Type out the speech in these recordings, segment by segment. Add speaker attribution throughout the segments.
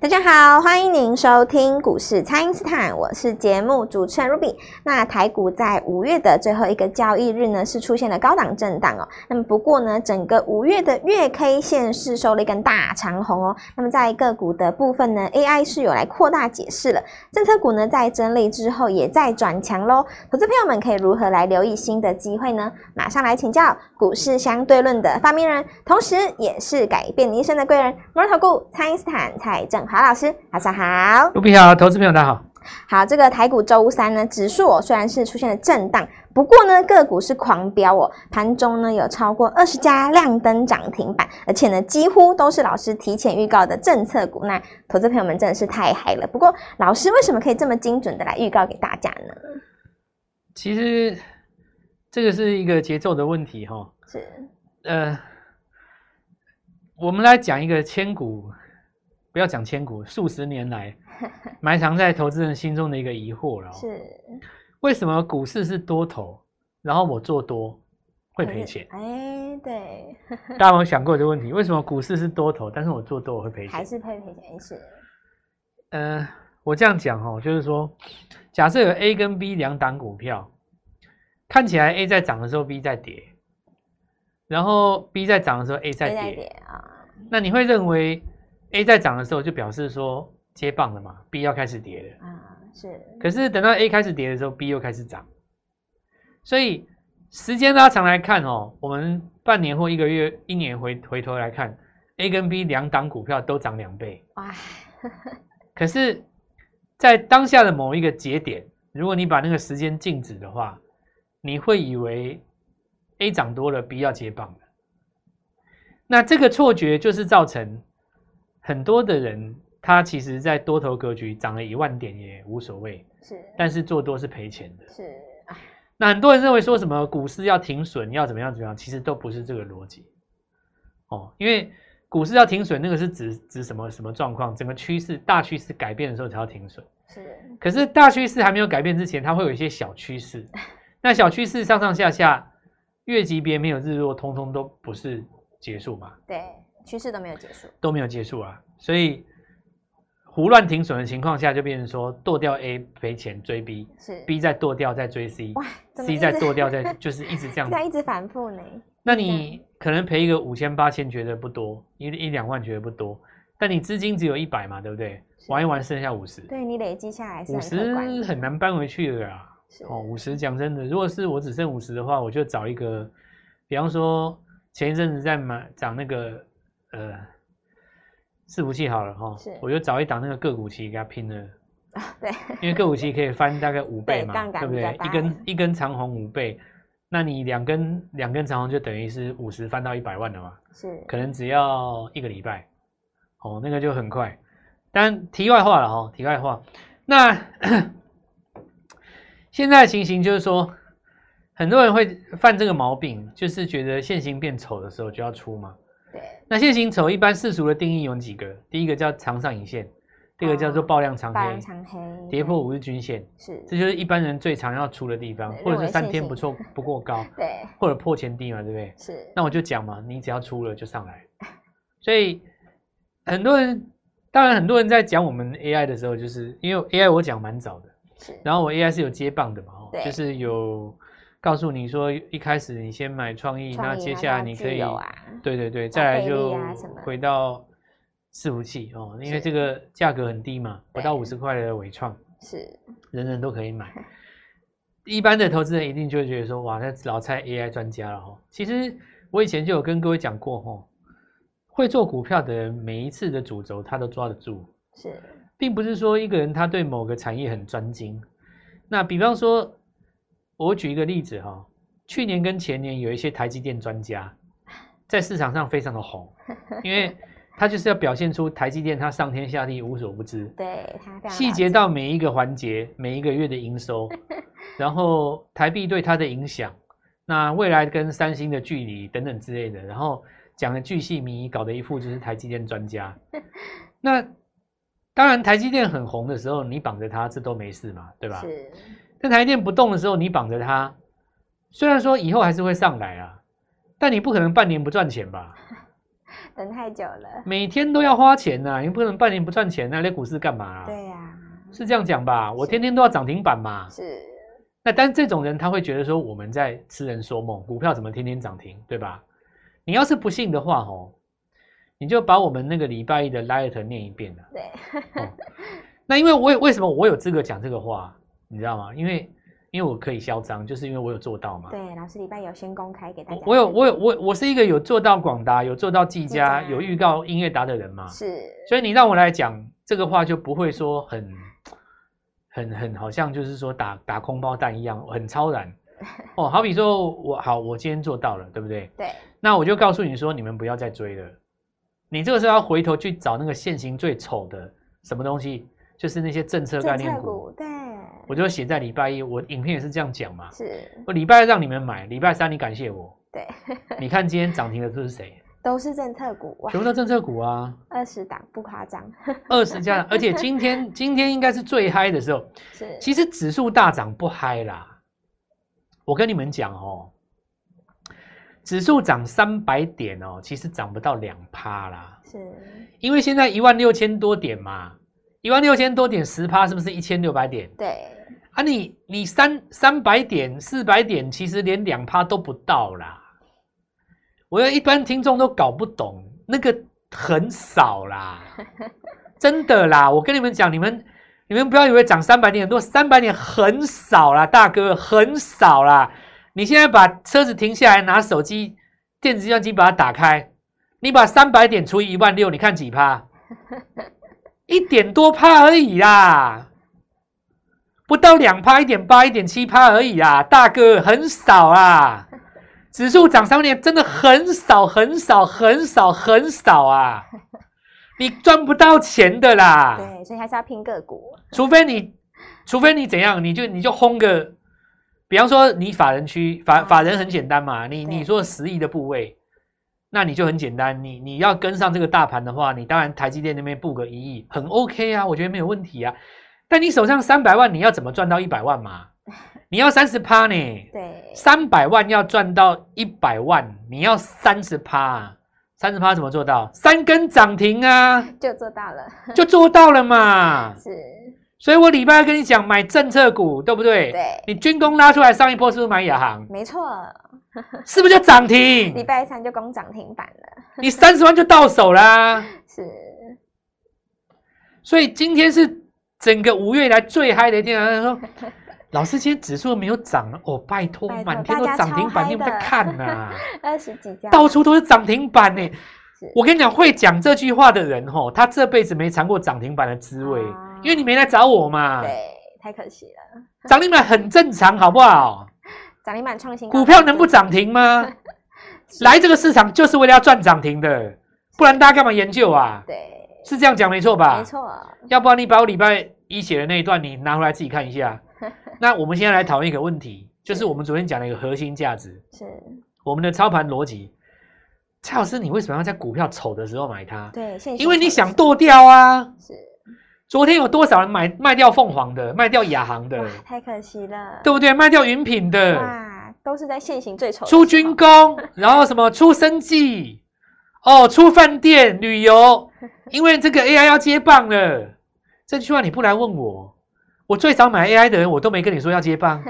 Speaker 1: 大家好，欢迎您收听股市蔡因斯坦，我是节目主持人 Ruby。那台股在五月的最后一个交易日呢，是出现了高档震荡哦。那么不过呢，整个五月的月 K 线是收了一根大长红哦。那么在个股的部分呢，AI 是有来扩大解释了。政策股呢在整理之后也在转强喽。投资朋友们可以如何来留意新的机会呢？马上来请教股市相对论的发明人，同时也是改变你一生的贵人——摩尔投顾蔡因斯坦蔡振华老师，晚上好。
Speaker 2: 卢比好，投资朋友大家好。
Speaker 1: 好，这个台股周三呢，指数哦虽然是出现了震荡，不过呢个股是狂飙哦，盘中呢有超过二十家亮灯涨停板，而且呢几乎都是老师提前预告的政策股，那投资朋友们真的是太嗨了。不过老师为什么可以这么精准的来预告给大家呢？
Speaker 2: 其实这个是一个节奏的问题哈、
Speaker 1: 是
Speaker 2: 呃，我们来讲一个千古，不要讲千古，数十年来埋藏在投资人心中的一个疑惑了、哦。
Speaker 1: 是
Speaker 2: 为什么股市是多头，然后我做多会赔钱？
Speaker 1: 哎，对，
Speaker 2: 大家有没有想过这个问题？为什么股市是多头，但是我做多我会赔
Speaker 1: 还
Speaker 2: 钱？
Speaker 1: 是配赔钱是
Speaker 2: 呃，我这样讲哦，就是说，假设有 A 跟 B 两档股票，看起来 A 在涨的时候 B 在跌，然后 B 在涨的时候 A 在
Speaker 1: 在
Speaker 2: 跌，
Speaker 1: 跌啊，
Speaker 2: 那你会认为 A 在涨的时候就表示说接棒了嘛，B 要开始跌了。
Speaker 1: 啊是
Speaker 2: 可是等到 A 开始跌的时候，B 又开始涨，所以时间拉长来看哦，我们半年或一个月、一年回回头来看，A 跟 B 两档股票都涨两倍，
Speaker 1: 哇
Speaker 2: 可是，在当下的某一个节点，如果你把那个时间静止的话，你会以为 A 涨多了，B 要接棒了。那这个错觉就是造成很多的人，他其实在多头格局涨了一万点也无所谓，
Speaker 1: 是
Speaker 2: 但是做多是赔钱的。
Speaker 1: 是啊
Speaker 2: 那很多人认为说什么股市要停损，要怎么样怎么样，其实都不是这个逻辑哦。因为股市要停损，那个是指指什么什么状况？整个趋势大趋势改变的时候才要停损。
Speaker 1: 是
Speaker 2: 可是大趋势还没有改变之前，它会有一些小趋势。那小趋势上上下下，月级别没有日落，通通都不是结束嘛，
Speaker 1: 对趋势都没有结束
Speaker 2: 都没有结束啊。所以胡乱停损的情况下，就变成说剁掉 A 赔钱追 B，B
Speaker 1: 是
Speaker 2: 再剁掉再追 C。
Speaker 1: 哇怎么
Speaker 2: C
Speaker 1: 一
Speaker 2: 再
Speaker 1: 直
Speaker 2: 剁掉，再就是一直 这样子
Speaker 1: 在一直反复呢
Speaker 2: 那
Speaker 1: 这样
Speaker 2: 你可能赔一个五千八千，觉得不多，一一两万觉得不多，但你资金只有一百嘛，对不对？
Speaker 1: 是
Speaker 2: 玩一玩剩下五十，
Speaker 1: 对你累积下来是
Speaker 2: 五
Speaker 1: 很
Speaker 2: 十
Speaker 1: 可观的
Speaker 2: 很难搬回去的啦。
Speaker 1: 是
Speaker 2: 哦，五十讲真的，如果是我只剩五十的话，我就找一个，比方说前一阵子在买涨那个呃伺服器好了哈、哦
Speaker 1: 是，
Speaker 2: 我就找一档那个个股期给它拼了，
Speaker 1: 啊对
Speaker 2: 因为个股期可以翻大概五倍
Speaker 1: 对
Speaker 2: 嘛，
Speaker 1: 杠
Speaker 2: 对
Speaker 1: 杆
Speaker 2: 不
Speaker 1: 比较
Speaker 2: 对？
Speaker 1: 大
Speaker 2: 一根一根长红五倍，那你两根两根长红就等于是五十翻到一百万了嘛。
Speaker 1: 是
Speaker 2: 可能只要一个礼拜，哦，那个就很快。但题外话了哈、哦，题外话，那 现在的情形就是说，很多人会犯这个毛病，就是觉得现行变丑的时候就要出嘛。
Speaker 1: 对
Speaker 2: 那现行丑一般世俗的定义有几个？第一个叫长上影线，第二个叫做爆量长黑，
Speaker 1: 大哦量长黑
Speaker 2: 跌破
Speaker 1: 对
Speaker 2: 五日均线，
Speaker 1: 是
Speaker 2: 这就是一般人最常要出的地方
Speaker 1: 对，
Speaker 2: 或
Speaker 1: 认
Speaker 2: 者
Speaker 1: 为
Speaker 2: 是三
Speaker 1: 现
Speaker 2: 天
Speaker 1: 行
Speaker 2: 不错不过高，
Speaker 1: 对
Speaker 2: 或者破前低嘛，对不对？
Speaker 1: 是
Speaker 2: 那我就讲嘛，你只要出了就上来。所以很多人，当然很多人在讲我们 AI 的时候，就是因为 AI 我讲蛮早的，
Speaker 1: 是
Speaker 2: 然后我 AI 是有接棒的嘛，哦
Speaker 1: 对
Speaker 2: 就是有告诉你说一开始你先买创意，
Speaker 1: 创
Speaker 2: 那
Speaker 1: 意啊
Speaker 2: 接下来
Speaker 1: 像
Speaker 2: 你
Speaker 1: 自
Speaker 2: 可以，
Speaker 1: 由啊
Speaker 2: 对对对，
Speaker 1: 像
Speaker 2: 再来
Speaker 1: 贝利
Speaker 2: 就
Speaker 1: 啊什么
Speaker 2: 回到伺服器哦，因为
Speaker 1: 是
Speaker 2: 这个价格很低嘛，不到
Speaker 1: 对
Speaker 2: 五十块的伟创，
Speaker 1: 是
Speaker 2: 人人都可以买。一般的投资人一定就会觉得说，哇，那老蔡 AI 专家了哦。其实我以前就有跟各位讲过哦，会做股票的人，每一次的主轴他都抓得住，
Speaker 1: 是
Speaker 2: 并不是说一个人他对某个产业很专精。那比方说，我举一个例子哈、哦，去年跟前年有一些台积电专家在市场上非常的红，因为他就是要表现出台积电它上天下地无所不知，
Speaker 1: 对他非常
Speaker 2: 细
Speaker 1: 了
Speaker 2: 节
Speaker 1: 解
Speaker 2: 到每一个环节，每一个月的营 收，然后台币对它的影响，那未来跟三星的距离等等之类的，然后讲的巨细靡遗，搞得一副就是台积电 专家。那当然，台积电很红的时候，你绑着它，这都没事嘛，对吧？
Speaker 1: 是
Speaker 2: 但台积电不动的时候，你绑着它，虽然说以后还是会上来啊，但你不可能半年不赚钱吧？
Speaker 1: 等太久了。
Speaker 2: 每天都要花钱啊呐、你不可能半年不赚钱呐、啊，你在股市干嘛、啊？
Speaker 1: 对呀、
Speaker 2: 是这样讲吧？我
Speaker 1: 是
Speaker 2: 天天都要涨停板嘛。
Speaker 1: 是，
Speaker 2: 那但是这种人他会觉得说我们在痴人说梦，股票怎么天天涨停，对吧？你要是不信的话，哦，你就把我们那个礼拜一的 light 念一遍啊。
Speaker 1: 对，
Speaker 2: 那因为我有为什么我有资格讲这个话，你知道吗？因为因为我可以嚣张，就是因为我有做到嘛。
Speaker 1: 对，老师礼拜有先公开给大家
Speaker 2: 啊我我有
Speaker 1: 看
Speaker 2: 我有我我是一个有做到广达，有做到技嘉，
Speaker 1: 技嘉
Speaker 2: 有预告音乐达的人嘛。
Speaker 1: 是
Speaker 2: 所以你让我来讲这个话，就不会说很、很、很，好像就是说打打空包弹一样，很超 然。哦，好比说我好，我今天做到了，对不对？
Speaker 1: 对，
Speaker 2: 那我就告诉你说，你们不要再追了。你这个时候要回头去找那个现行最丑的什么东西，就是那些政策概
Speaker 1: 政
Speaker 2: 念
Speaker 1: 策
Speaker 2: 股。
Speaker 1: 股对
Speaker 2: 我就写在礼拜一，我影片也是这样讲嘛。
Speaker 1: 是，
Speaker 2: 我礼拜一让你们买，礼拜三你感谢 我。
Speaker 1: 对，
Speaker 2: 你看今天涨停的都是谁？
Speaker 1: 都是政策股哇
Speaker 2: 全，部都政策股啊。
Speaker 1: 二十档不夸张，
Speaker 2: 二十 家，而且今天今天应该是最嗨的时候。
Speaker 1: 是
Speaker 2: 其实指数大涨不嗨啦，我跟你们讲哦，指数涨三百点哦，其实涨不到两趴啦，
Speaker 1: 是，
Speaker 2: 因为现在一万六千多点嘛，一万六千多点十趴是不是一千六百点
Speaker 1: 对，
Speaker 2: 啊你？你三三百点四百点，其实连两趴都不到啦。我要一般听众都搞不懂，那个很少啦，真的啦。我跟你们讲，你们你们不要以为涨三百点很多，三百点很少啦，大哥，很少啦。你现在把车子停下来，拿手机、电子计算机把它打开，你把三百点除以一万六，你看几趴？一点多趴而已啦，不到两趴，一点八、一点七趴而已啦，大哥，很少啊。指数涨三点真的很少很少很少很少啊，你赚不到钱的啦。
Speaker 1: 对，所以还是要拼个股，
Speaker 2: 除非你，除非你怎样，你就你就轰个，比方说你法人区法
Speaker 1: 嗯
Speaker 2: 法人很简单嘛，你
Speaker 1: 对
Speaker 2: 你做十亿的部位，那你就很简单，你你要跟上这个大盘的话，你当然台积电那边布个一亿很 OK 啊，我觉得没有问题啊。但你手上三百万，你要怎么赚到一百万嘛？你要三十趴呢，
Speaker 1: 对，
Speaker 2: 三百万要赚到一百万，你要三十趴，三十趴怎么做到？三根涨停啊，
Speaker 1: 就做到了，
Speaker 2: 就做到了嘛。
Speaker 1: 是，
Speaker 2: 所以我礼拜二跟你讲买政策股，对不对？
Speaker 1: 对
Speaker 2: 你军工拉出来上一波是不是买亚 航？
Speaker 1: 没错，
Speaker 2: 是不是就涨
Speaker 1: 礼
Speaker 2: 停？
Speaker 1: 拜三就攻涨停板了，
Speaker 2: 你三十万就到手啦。
Speaker 1: 是，
Speaker 2: 所以今天是整个五月以来最嗨的一天。然后他 说老师，今天指数没有涨了哦，拜托，
Speaker 1: 拜托
Speaker 2: 满天都
Speaker 1: 大家
Speaker 2: 涨停
Speaker 1: 超嗨
Speaker 2: 板，
Speaker 1: 的
Speaker 2: 你们在看呐、
Speaker 1: 二十几家，
Speaker 2: 到处都是涨停板呢
Speaker 1: 是。
Speaker 2: 我跟你讲，会讲这句话的人吼，他这辈子没尝过涨停板的滋味，
Speaker 1: 啊
Speaker 2: 因为你没来找我嘛。
Speaker 1: 对，太可惜了，
Speaker 2: 涨停板很正常，好不好？
Speaker 1: 涨停板创新高，
Speaker 2: 股票能不涨 停吗？来这个市场就是为了要赚涨停的，不然大家干嘛研究啊？
Speaker 1: 对，
Speaker 2: 是这样讲没错吧？
Speaker 1: 没。错，
Speaker 2: 要不然你把我礼拜一写的那一段你拿回来自己看一下。 那我们现在来讨论一个问题，就是我们昨天讲的一个核心价值，
Speaker 1: 是，
Speaker 2: 我们的操盘逻辑。蔡老师，你为什么要在股票丑的时候买它？
Speaker 1: 对，现
Speaker 2: 因为你想
Speaker 1: 多，
Speaker 2: 剁掉啊！
Speaker 1: 是，
Speaker 2: 昨天有多少人买卖掉凤凰的，卖掉亚航的
Speaker 1: 哇，，太可惜了，
Speaker 2: 对不对？卖掉云品的，
Speaker 1: 哇，都是在现行最丑的时候，
Speaker 2: 出军工，然后什么出生计，哦，出饭店、旅游，因为这个 AI 要接棒了。这句话你不来问我，我最早买 AI 的人，我都没跟你说要接棒，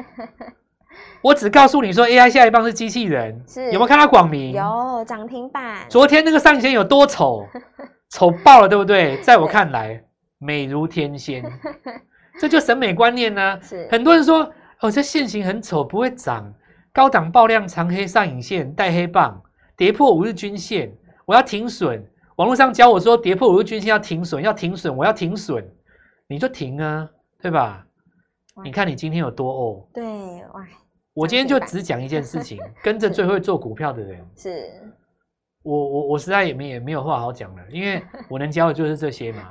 Speaker 2: 我只告诉你说 AI 下一棒是机器人，
Speaker 1: 是
Speaker 2: 有没有看到广明？
Speaker 1: 有涨停板，
Speaker 2: 昨天那个上仙有 多丑，丑爆了，对不对？在我看来，美如 天仙，这就审美观念呢、啊
Speaker 1: 是
Speaker 2: 很多人说，哦，这线型很丑，不会涨，高档爆量长黑上影线带黑棒，跌破五日均线，我要停损。网络上教我说，跌破五日均线要停损，要停损，我要停损，你就停啊，对吧？
Speaker 1: 哇
Speaker 2: 你看你今天有多哦，
Speaker 1: 对，哇，
Speaker 2: 我今天就
Speaker 1: 涨停
Speaker 2: 只讲一件事情，跟着最会做股票的人，
Speaker 1: 是
Speaker 2: 我我我实在也没也没有话好讲了，因 为我能教的就是这些嘛，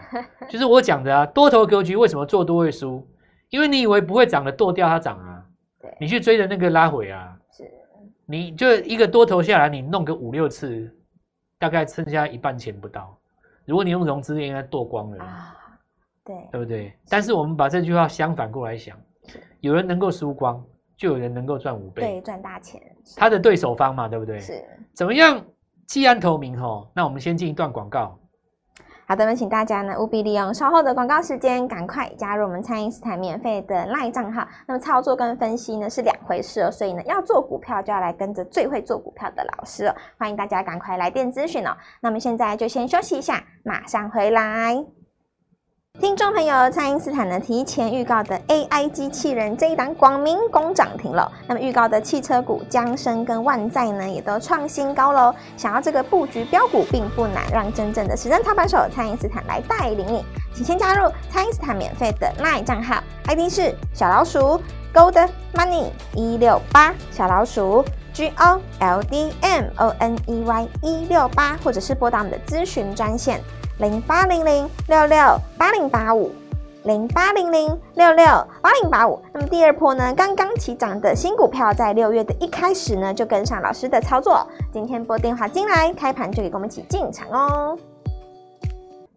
Speaker 2: 就是我讲的啊，多头格局为什么做多会输？因为你以为不会涨的剁掉它涨啊
Speaker 1: 对，
Speaker 2: 你去追的那个拉回啊，
Speaker 1: 是，
Speaker 2: 你就一个多头下来，你弄个五六次，大概剩下一半钱不到。如果你用融资，应该剁光了，
Speaker 1: 啊，对，
Speaker 2: 对不对？但是我们把这句话相反过来想，有人能够输光，就有人能够赚五倍
Speaker 1: 对，，赚大钱，
Speaker 2: 他的对手方嘛，对不对？
Speaker 1: 是
Speaker 2: 怎么样既然投名吼，那我们先进一段广告。
Speaker 1: 好的，那请大家呢务必利用稍后的广告时间，赶快加入我们蔡因斯坦免费的 LINE 账号。那么操作跟分析呢是两回事哦，所以呢要做股票就要来跟着最会做股票的老师哦。欢迎大家赶快来电咨询哦。那么现在就先休息一下，马上回来。听众朋友，蔡因斯坦呢提前预告的 AI 机器人这一档广明工涨停了。那么预告的汽车股江生跟万载呢也都创新高喽。想要这个布局标股并不难，让真正的实战操盘手蔡因斯坦来带领你。请先加入蔡因斯坦免费的 LINE 账号，ID 是小老鼠 Gold Money 一六八小老鼠 G O L D M O N E Y 一六八，或者是拨打我们的咨询专线。零八零零六六八零八五，零八零零六六八零八五。那么第二波呢，刚刚起涨的新股票，在六月的一开始呢，就跟上老师的操作。今天拨电话进来，开盘就给我们一起进场哦。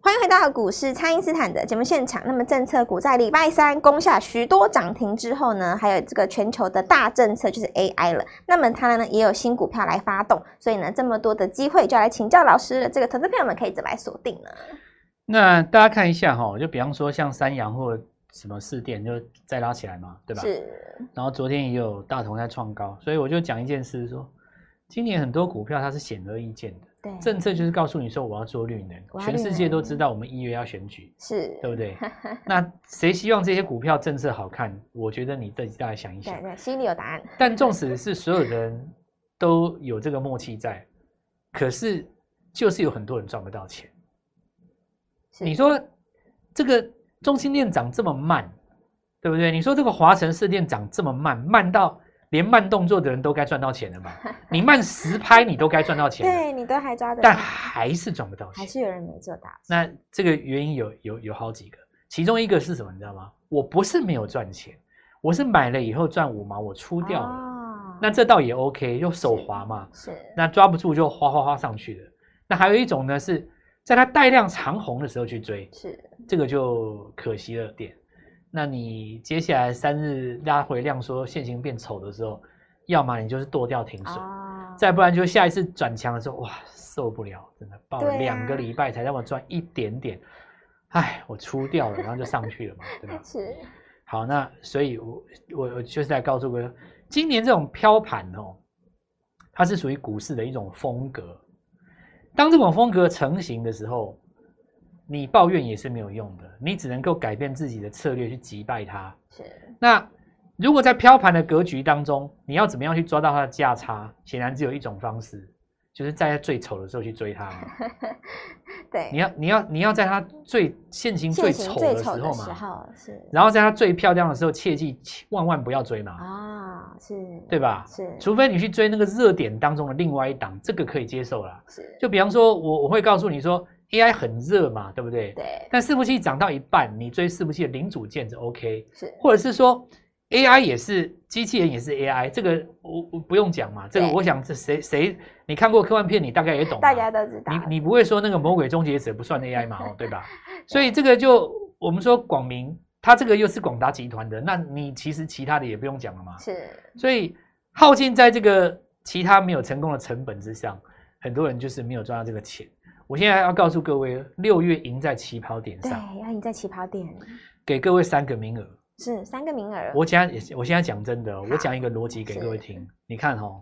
Speaker 1: 欢迎回到股市，蔡因斯坦的节目现场。那么政策股在礼拜三攻下许多涨停之后呢，还有这个全球的大政策就是 AI 了。那么它呢也有新股票来发动，所以呢这么多的机会，就要来请教老师了。这个投资朋友们可以怎么来锁定呢？
Speaker 2: 那大家看一下哈、就比方说像三洋或什么四电，就再拉起来嘛，对吧？。
Speaker 1: 是，
Speaker 2: 然后昨天也有大同在创高，所以我就讲一件事说，今年很多股票它是显而易见的，
Speaker 1: 对，
Speaker 2: 政策就是告诉你说我要做绿能
Speaker 1: 我，要
Speaker 2: 全
Speaker 1: 绿
Speaker 2: 世界都
Speaker 1: 能
Speaker 2: 知道我们一月要选举，
Speaker 1: 是，
Speaker 2: 对 不对？那谁希望这些股票政策好看？我觉得你自己大概想一想
Speaker 1: 对。对，心里有答案。
Speaker 2: 但纵使是所有人都有这个默契在，可是就是有很多人赚不到钱。
Speaker 1: 是
Speaker 2: 你说这个中心链涨这么慢，对不对？你说这个华晨四电涨这么慢，慢到连慢动作的人都该赚到钱 了嘛？你慢十拍你都该赚到钱了，
Speaker 1: 对你都还抓得到
Speaker 2: 但，还是赚不到
Speaker 1: 还
Speaker 2: 钱。
Speaker 1: 是有人没做到。
Speaker 2: 那这个原因有有有好几个，其中一个是什么？你知道吗？我不是没有赚钱，我是买了以后赚五毛，我出掉了。
Speaker 1: 哦
Speaker 2: 那这倒也 OK，就手滑嘛，
Speaker 1: 是
Speaker 2: 那抓不住就哗哗哗上去了。那还有一种呢，是在它带量长红的时候去追，
Speaker 1: 是
Speaker 2: 这个就可惜了点。那你接下来三日拉回量缩，现形变丑的时候，要么你就是剁掉停损，
Speaker 1: 哦，
Speaker 2: 再不然就下一次转强的时候，哇，受不了，真的爆
Speaker 1: 对啊
Speaker 2: 两个礼拜才让我赚一点点，哎，我出掉了，然后就上去了嘛，对吧？
Speaker 1: 是
Speaker 2: 好，那所以我，我我就是在告诉各位，今年这种飘盘哦，它是属于股市的一种风格。当这种风格成型的时候，你抱怨也是没有用的，你只能够改变自己的策略去击败它。
Speaker 1: 是
Speaker 2: 那如果在飘盘的格局当中，你要怎么样去抓到它的价差？显然只有一种方式，就是在它最丑的时候去追它嘛。
Speaker 1: 对，
Speaker 2: 你要你要你要在它最现行最
Speaker 1: 现行
Speaker 2: 丑
Speaker 1: 最
Speaker 2: 的时
Speaker 1: 丑
Speaker 2: 候
Speaker 1: 的
Speaker 2: 嘛
Speaker 1: 时，候是
Speaker 2: 然后在它最漂亮的时候，切记万万不要追嘛，
Speaker 1: 啊，是，
Speaker 2: 对吧？
Speaker 1: 是
Speaker 2: 除非你去追那个热点当中的另外一档，这个可以接受啦。
Speaker 1: 是，
Speaker 2: 就比方说，我我会告诉你说，AI 很热嘛，对不对？
Speaker 1: 对
Speaker 2: 但伺服器涨到一半，你追伺服器的零组件是 OK，
Speaker 1: 是
Speaker 2: 或者是说 AI 也是机器人也是 AI，这个我我不用讲嘛，这个
Speaker 1: 对
Speaker 2: 我想这谁谁你看过科幻片，你大概也懂嘛。
Speaker 1: 大家都知道，
Speaker 2: 你你不会说那个魔鬼终结者 不算 AI 嘛，哦，对吧？所以这个就我们说广明，它这个又是广达集团的，那你其实其他的也不用讲了嘛。
Speaker 1: 是
Speaker 2: 所以耗尽在这个其他没有成功的成本之上，很多人就是没有赚到这个钱。我现在要告诉各位，六月赢在起跑点
Speaker 1: 对
Speaker 2: 上，，
Speaker 1: 要赢在起跑点，
Speaker 2: 给各位三个名额。
Speaker 1: 是三个名额，
Speaker 2: 我讲，我现在讲真的哦，我讲一个逻辑给
Speaker 1: 是
Speaker 2: 各位听。你看哦，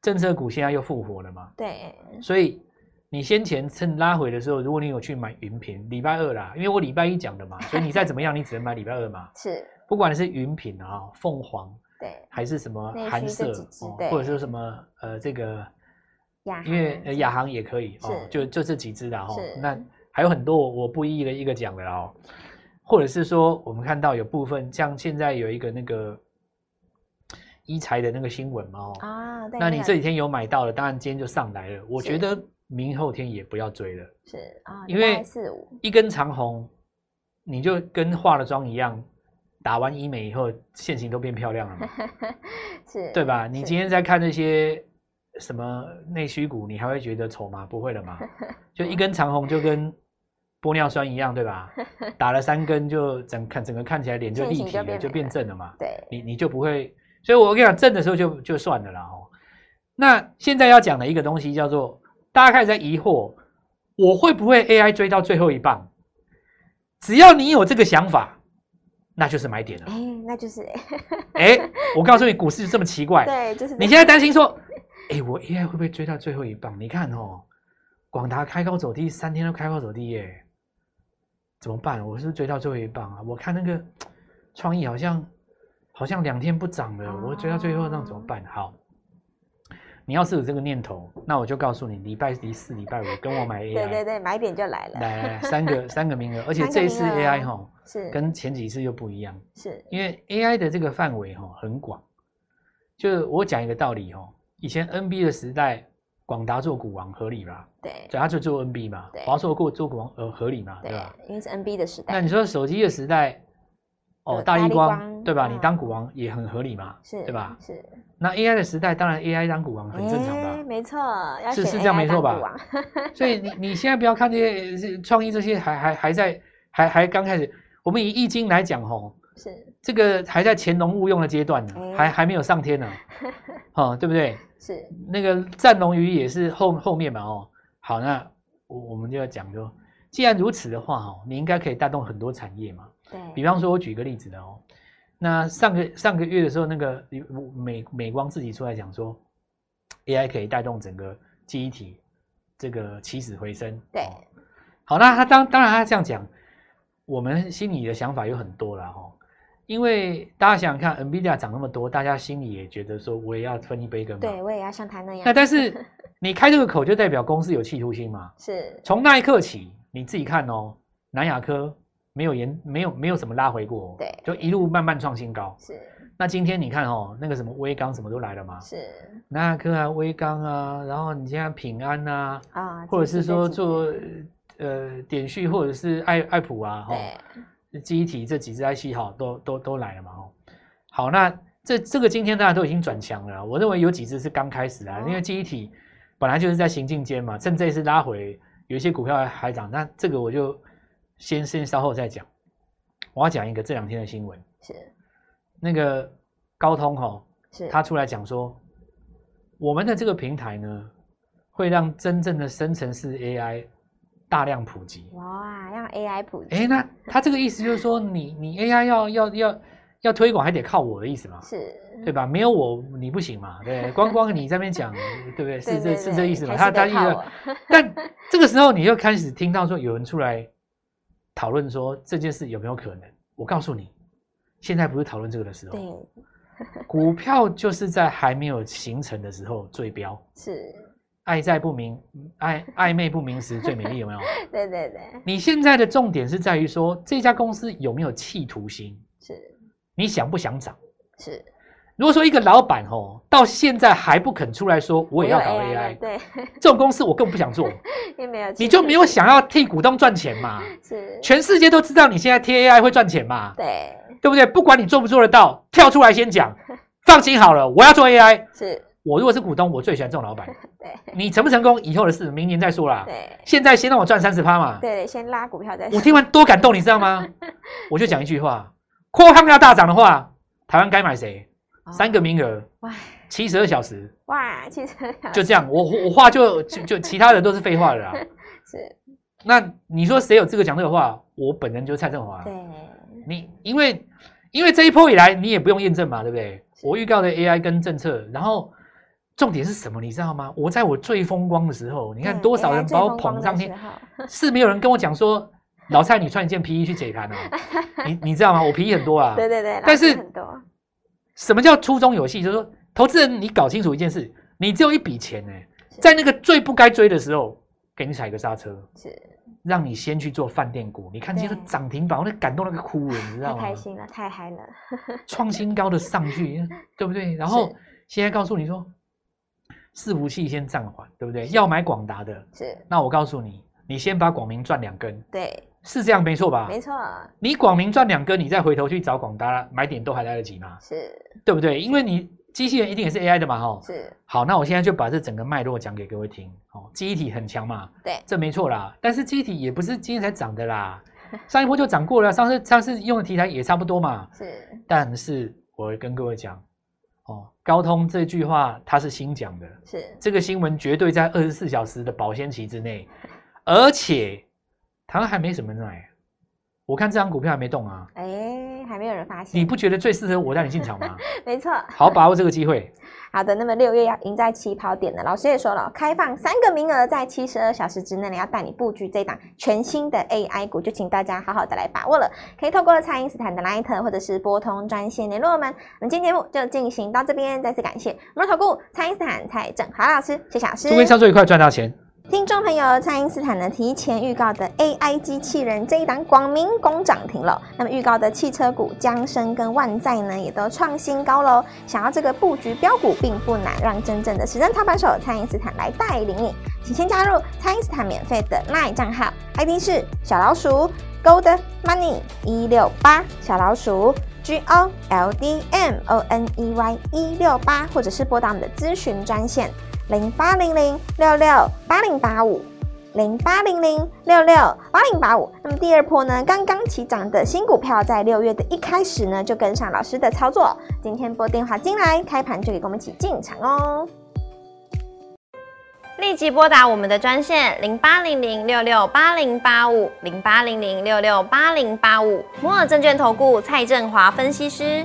Speaker 2: 政策股现在又复活了嘛，
Speaker 1: 对
Speaker 2: 所以你先前趁拉回的时候，如果你有去买云品，礼拜二啦，因为我礼拜一讲的 嘛，所以你再怎么样，你只能买礼拜二嘛。
Speaker 1: 是，
Speaker 2: 不管是云品啊、凤凰
Speaker 1: 对
Speaker 2: 还是什么
Speaker 1: 内需
Speaker 2: 韩
Speaker 1: 这
Speaker 2: 舍
Speaker 1: 几只
Speaker 2: 哦
Speaker 1: 对
Speaker 2: 或者说什么呃这个，
Speaker 1: 亚
Speaker 2: 因为
Speaker 1: 航
Speaker 2: 呃亚航也可以哦
Speaker 1: 是，
Speaker 2: 就就这几只啦哦
Speaker 1: 是。
Speaker 2: 那还有很多我我不一一的一个讲的啦哦，或者是说我们看到有部分像现在有一个那个一财的那个新闻嘛哦，
Speaker 1: 啊，对，
Speaker 2: 那你
Speaker 1: 个
Speaker 2: 这几天有买到的，当然今天就上来了。我
Speaker 1: 是
Speaker 2: 觉得明后天也不要追了，
Speaker 1: 是啊，
Speaker 2: 因
Speaker 1: 礼拜
Speaker 2: 为
Speaker 1: 四五
Speaker 2: 一根长红，你就跟化了妆一样，打完医美以后，现形都变漂亮了 嘛，
Speaker 1: 是，
Speaker 2: 对吧？你
Speaker 1: 是
Speaker 2: 今天在看那些什么内需股，你还会觉得丑吗？不会 了嘛，就一根长红就跟玻尿酸一样，对吧？打了三根就整看整个看起来脸就
Speaker 1: 现
Speaker 2: 立
Speaker 1: 形
Speaker 2: 体
Speaker 1: 就
Speaker 2: 了，
Speaker 1: 变
Speaker 2: 就
Speaker 1: 美
Speaker 2: 变
Speaker 1: 了
Speaker 2: 正了嘛。
Speaker 1: 对
Speaker 2: 你你就不会。所以我跟你讲，正的时候就就算了啦哦。那现在要讲的一个东西叫做大家开始在疑惑，我会不会 AI 追到最后一棒？只要你有这个想法，那就是买点了
Speaker 1: 哎。，那就是
Speaker 2: 哎，我告诉你，股市就这么奇怪。
Speaker 1: 对，就是
Speaker 2: 你
Speaker 1: 这
Speaker 2: 现在担心说，哎，我 AI 会不会追到最后一棒？你看哦，广达开高走低，三天都开高走低耶，怎么办？我是不是追到最后一棒啊？我看那个创意好像好像两天不涨了，我追到最后那怎么办？好，你要是有这个念头，那我就告诉你，礼拜一四、礼拜五跟我买 AI，
Speaker 1: 对对对，买点就来了，
Speaker 2: 来来来三个三个名额，而且
Speaker 1: 三个
Speaker 2: 这一次
Speaker 1: 名额
Speaker 2: AI 哈
Speaker 1: 是
Speaker 2: 跟前几次又不一样。
Speaker 1: 是，
Speaker 2: 因为 AI 的这个范围哈、很广，就是我讲一个道理哦，以前 NB 的时代，广达做股王合理吧？
Speaker 1: 对
Speaker 2: 对，他就做 NB 嘛
Speaker 1: 对，
Speaker 2: 华硕过做股王呃合理嘛，对
Speaker 1: 对
Speaker 2: 吧？，
Speaker 1: 因为是 NB 的时
Speaker 2: 那
Speaker 1: 代，
Speaker 2: 你说手机的时代，哦
Speaker 1: 有大
Speaker 2: 大力
Speaker 1: 力
Speaker 2: 光
Speaker 1: 光
Speaker 2: 对吧？
Speaker 1: 嗯
Speaker 2: 你当股王也很合理嘛，
Speaker 1: 是
Speaker 2: 对吧？
Speaker 1: 是，
Speaker 2: 那 AI 的时代，当然 AI 当股王很正常
Speaker 1: 哎
Speaker 2: 吧？
Speaker 1: 没错，要啊
Speaker 2: 是
Speaker 1: 选
Speaker 2: 是这样
Speaker 1: AI
Speaker 2: 没错
Speaker 1: 当
Speaker 2: 吧
Speaker 1: 股王？
Speaker 2: 所以你你现在不要看这些是创意这些还还还在还还刚开始，我们以易经来讲吼、
Speaker 1: 是
Speaker 2: 这个还在潜龙勿用的阶段呢，
Speaker 1: 哎
Speaker 2: 还还没有上天呢，哦，对不对？
Speaker 1: 是，
Speaker 2: 那个战龙鱼也是后后面嘛，哦，好，那我我们就要讲说，既然如此的话，哦，你应该可以带动很多产业嘛。比
Speaker 1: 对，
Speaker 2: 方说，我举个例子的哦，那上个上个月的时候，那个美美光自己出来讲说，AI 可以带动整个记忆体这个起死回生。
Speaker 1: 对
Speaker 2: 哦好，那他当当然他这样讲，我们心里的想法有很多了哈、哦，因为大家想想看，NVIDIA 涨那么多，大家心里也觉得说我也要分一杯羹嘛。
Speaker 1: 对我也要像他那样，
Speaker 2: 那但是你开这个口，就代表公司有企图心嘛。
Speaker 1: 是
Speaker 2: 从那一刻起，你自己看哦，南亚科没有研没有没有什么拉回过、哦，
Speaker 1: 对
Speaker 2: 就一路慢慢创新高。
Speaker 1: 是
Speaker 2: 那今天你看哦，那个什么微刚什么都来了嘛，
Speaker 1: 是
Speaker 2: 南亚科啊、微刚啊，然后你现在平安啊，
Speaker 1: 啊，
Speaker 2: 或者
Speaker 1: 这
Speaker 2: 是
Speaker 1: 这
Speaker 2: 说
Speaker 1: 几
Speaker 2: 做
Speaker 1: 只
Speaker 2: 呃点序或者是爱爱普啊，哦，
Speaker 1: 对
Speaker 2: 记忆体这几只 IC 好都都都来了嘛哦。好，那这这个今天大家都已经转强了啊，我认为有几只是刚开始啊，
Speaker 1: 哦
Speaker 2: 因为记忆体本来就是在行进间嘛，趁这一次拉回，有一些股票还还涨，那这个我就先先稍后再讲。我要讲一个这两天的新闻，
Speaker 1: 是
Speaker 2: 那个高通哦，
Speaker 1: 是
Speaker 2: 他出来讲说，我们的这个平台呢，会让真正的生成式 AI 大量普及。
Speaker 1: 哇，让 AI 普及
Speaker 2: 哎，那他这个意思就是说，你你 AI 要要要要推广，还得靠我的意思嘛，
Speaker 1: 是
Speaker 2: 对吧？没有我你不行嘛，对，光光你在那边讲，对不对？
Speaker 1: 对
Speaker 2: 是这
Speaker 1: 对
Speaker 2: 是这
Speaker 1: 对
Speaker 2: 意思嘛？
Speaker 1: 还
Speaker 2: 他
Speaker 1: 是
Speaker 2: 他
Speaker 1: 得
Speaker 2: 意
Speaker 1: 靠
Speaker 2: 思
Speaker 1: 我，
Speaker 2: 但这个时候你就开始听到说有人出来讨论说这件事有没有可能？我告诉你，现在不哦是讨论这个的时候，
Speaker 1: 对
Speaker 2: 股票就是在还没有形成的时候最标，
Speaker 1: 是，
Speaker 2: 爱在不明爱暧昧不明时最美丽，有没有？
Speaker 1: 对对对
Speaker 2: 你现在的重点是在于说这家公司有没有企图心。
Speaker 1: 是
Speaker 2: 你想不想涨？
Speaker 1: 是，
Speaker 2: 如果说一个老板哦，到现在还不肯出来说我也要
Speaker 1: 有
Speaker 2: 搞
Speaker 1: AI 了
Speaker 2: AI，
Speaker 1: 对，
Speaker 2: 这种公司我更不想 做，
Speaker 1: 也没有
Speaker 2: 你
Speaker 1: 其
Speaker 2: 就
Speaker 1: 实
Speaker 2: 没有想要替股东赚钱嘛？
Speaker 1: 是
Speaker 2: 全世界都知道你现在贴 AI 会赚钱嘛，
Speaker 1: 对
Speaker 2: 对不对？不管你做不做得到，跳出来 先讲，放心好了，我要做 AI。
Speaker 1: 是，
Speaker 2: 我如果是股东，我最喜欢这种老板。
Speaker 1: 对
Speaker 2: 你成不成功，以后的事，明年再说啦。
Speaker 1: 对
Speaker 2: 现在先让我赚三十趴嘛
Speaker 1: 对。对，先拉股票再
Speaker 2: 我
Speaker 1: 说，
Speaker 2: 听完多感动，你知道吗？我就讲一句话：扩康要大涨的话，台湾该买谁？
Speaker 1: 哦
Speaker 2: 三个名额，
Speaker 1: 哇
Speaker 2: 七十二小时，
Speaker 1: 哇，其实
Speaker 2: 就这样。我我我话就就就其他人都是废话了啦。
Speaker 1: 是
Speaker 2: 那你说谁有资格讲这个话？我本人就是蔡振华。啊
Speaker 1: 对
Speaker 2: 你因为因为这一波以来，你也不用验证嘛，对不对？
Speaker 1: 是
Speaker 2: 我预告的 AI 跟政策，然后重点是什么？你知道吗？我在我最风光的时候，你看
Speaker 1: 对
Speaker 2: 多少
Speaker 1: AI
Speaker 2: 人
Speaker 1: 最
Speaker 2: 把我
Speaker 1: 风光
Speaker 2: 捧
Speaker 1: 的
Speaker 2: 上天
Speaker 1: 时，候
Speaker 2: 是没有人跟我讲说，老蔡你穿一件皮衣去解 盘啊？你你知道吗？我皮衣很多啊。
Speaker 1: 对对对，老
Speaker 2: 但
Speaker 1: 师
Speaker 2: 是
Speaker 1: 很多
Speaker 2: 什么叫初中有戏？就是说，投资人你搞清楚一件事，你只有一笔钱呢、
Speaker 1: 是
Speaker 2: 在那个最不该追的时候，给你踩个刹车，
Speaker 1: 是
Speaker 2: 让你先去做饭店股。你看今天
Speaker 1: 对
Speaker 2: 涨停板，我那感动那个哭了，你知
Speaker 1: 太
Speaker 2: 道吗
Speaker 1: 开？心了，太嗨了，
Speaker 2: 创新高的上 去，对不对？然后
Speaker 1: 是
Speaker 2: 现在告诉你说，伺服器先暂缓，对不对？要买广达的，
Speaker 1: 是
Speaker 2: 那我告诉你，你先把广明赚两根，
Speaker 1: 对，
Speaker 2: 是这样没错吧？
Speaker 1: 没错，
Speaker 2: 你广明赚两根，你再回头去找广达买点都还来得及嘛，
Speaker 1: 是
Speaker 2: 对不对？因为你机器人一定也是 AI 的嘛，吼。
Speaker 1: 是，
Speaker 2: 好，那我现在就把这整个脉络讲给各位听。哦，记忆体很强嘛，
Speaker 1: 对
Speaker 2: 这没错啦。但是记忆体也不是今天才涨 的啦，上一波就涨过了，上次上次用的题材也差不多嘛。
Speaker 1: 是
Speaker 2: 但是我跟各位讲，哦，高通这句话它是新讲的，
Speaker 1: 是
Speaker 2: 这个新闻绝对在二十四小时的保鲜期之内，而且台湾还没什么人买，我看这张股票还没动啊，
Speaker 1: 哎，还没有人发现，
Speaker 2: 你不觉得最适合我带你进场吗？
Speaker 1: 没错。
Speaker 2: 好，把握这个机会。
Speaker 1: 好的，那么六月要赢在起跑点呢，老师也说了，哦开放三个名额，在七十二小时之内呢，要带你布局这档全新的 AI 股，就请大家好好的来把握了。可以透过蔡英斯坦的 Line 或者是拨通专线联络我们。我们今天节目就进行到这边，再次感谢摩投顾蔡英斯坦蔡正华老师，谢谢老师。
Speaker 2: 祝各位操作愉快，赚到钱。
Speaker 1: 听众朋友，蔡英斯坦呢提前预告的 AI 机器人这一档广明工涨停了，那么预告的汽车股江生跟万载呢也都创新高喽。想要这个布局标股并不难，让真正的实战操盘手蔡英斯坦来带领你，请先加入蔡英斯坦免费的 LINE 账号，ID 是小老鼠 Gold Money 一六八小老鼠 G O L D M O N E Y 一六八，或者是拨打我们的咨询专线。零八零零六六八零八五。零八零零六六八零八五。那么第二波呢，刚刚起涨的新股票，在六月的一开始呢，就跟上老师的操作。今天拨电话进来，开盘就给我们一起进场哦。
Speaker 3: 立即拨打我们的专线零八零零六六八零八五零八零零六六八零八五摩尔证券投顾蔡振华分析师。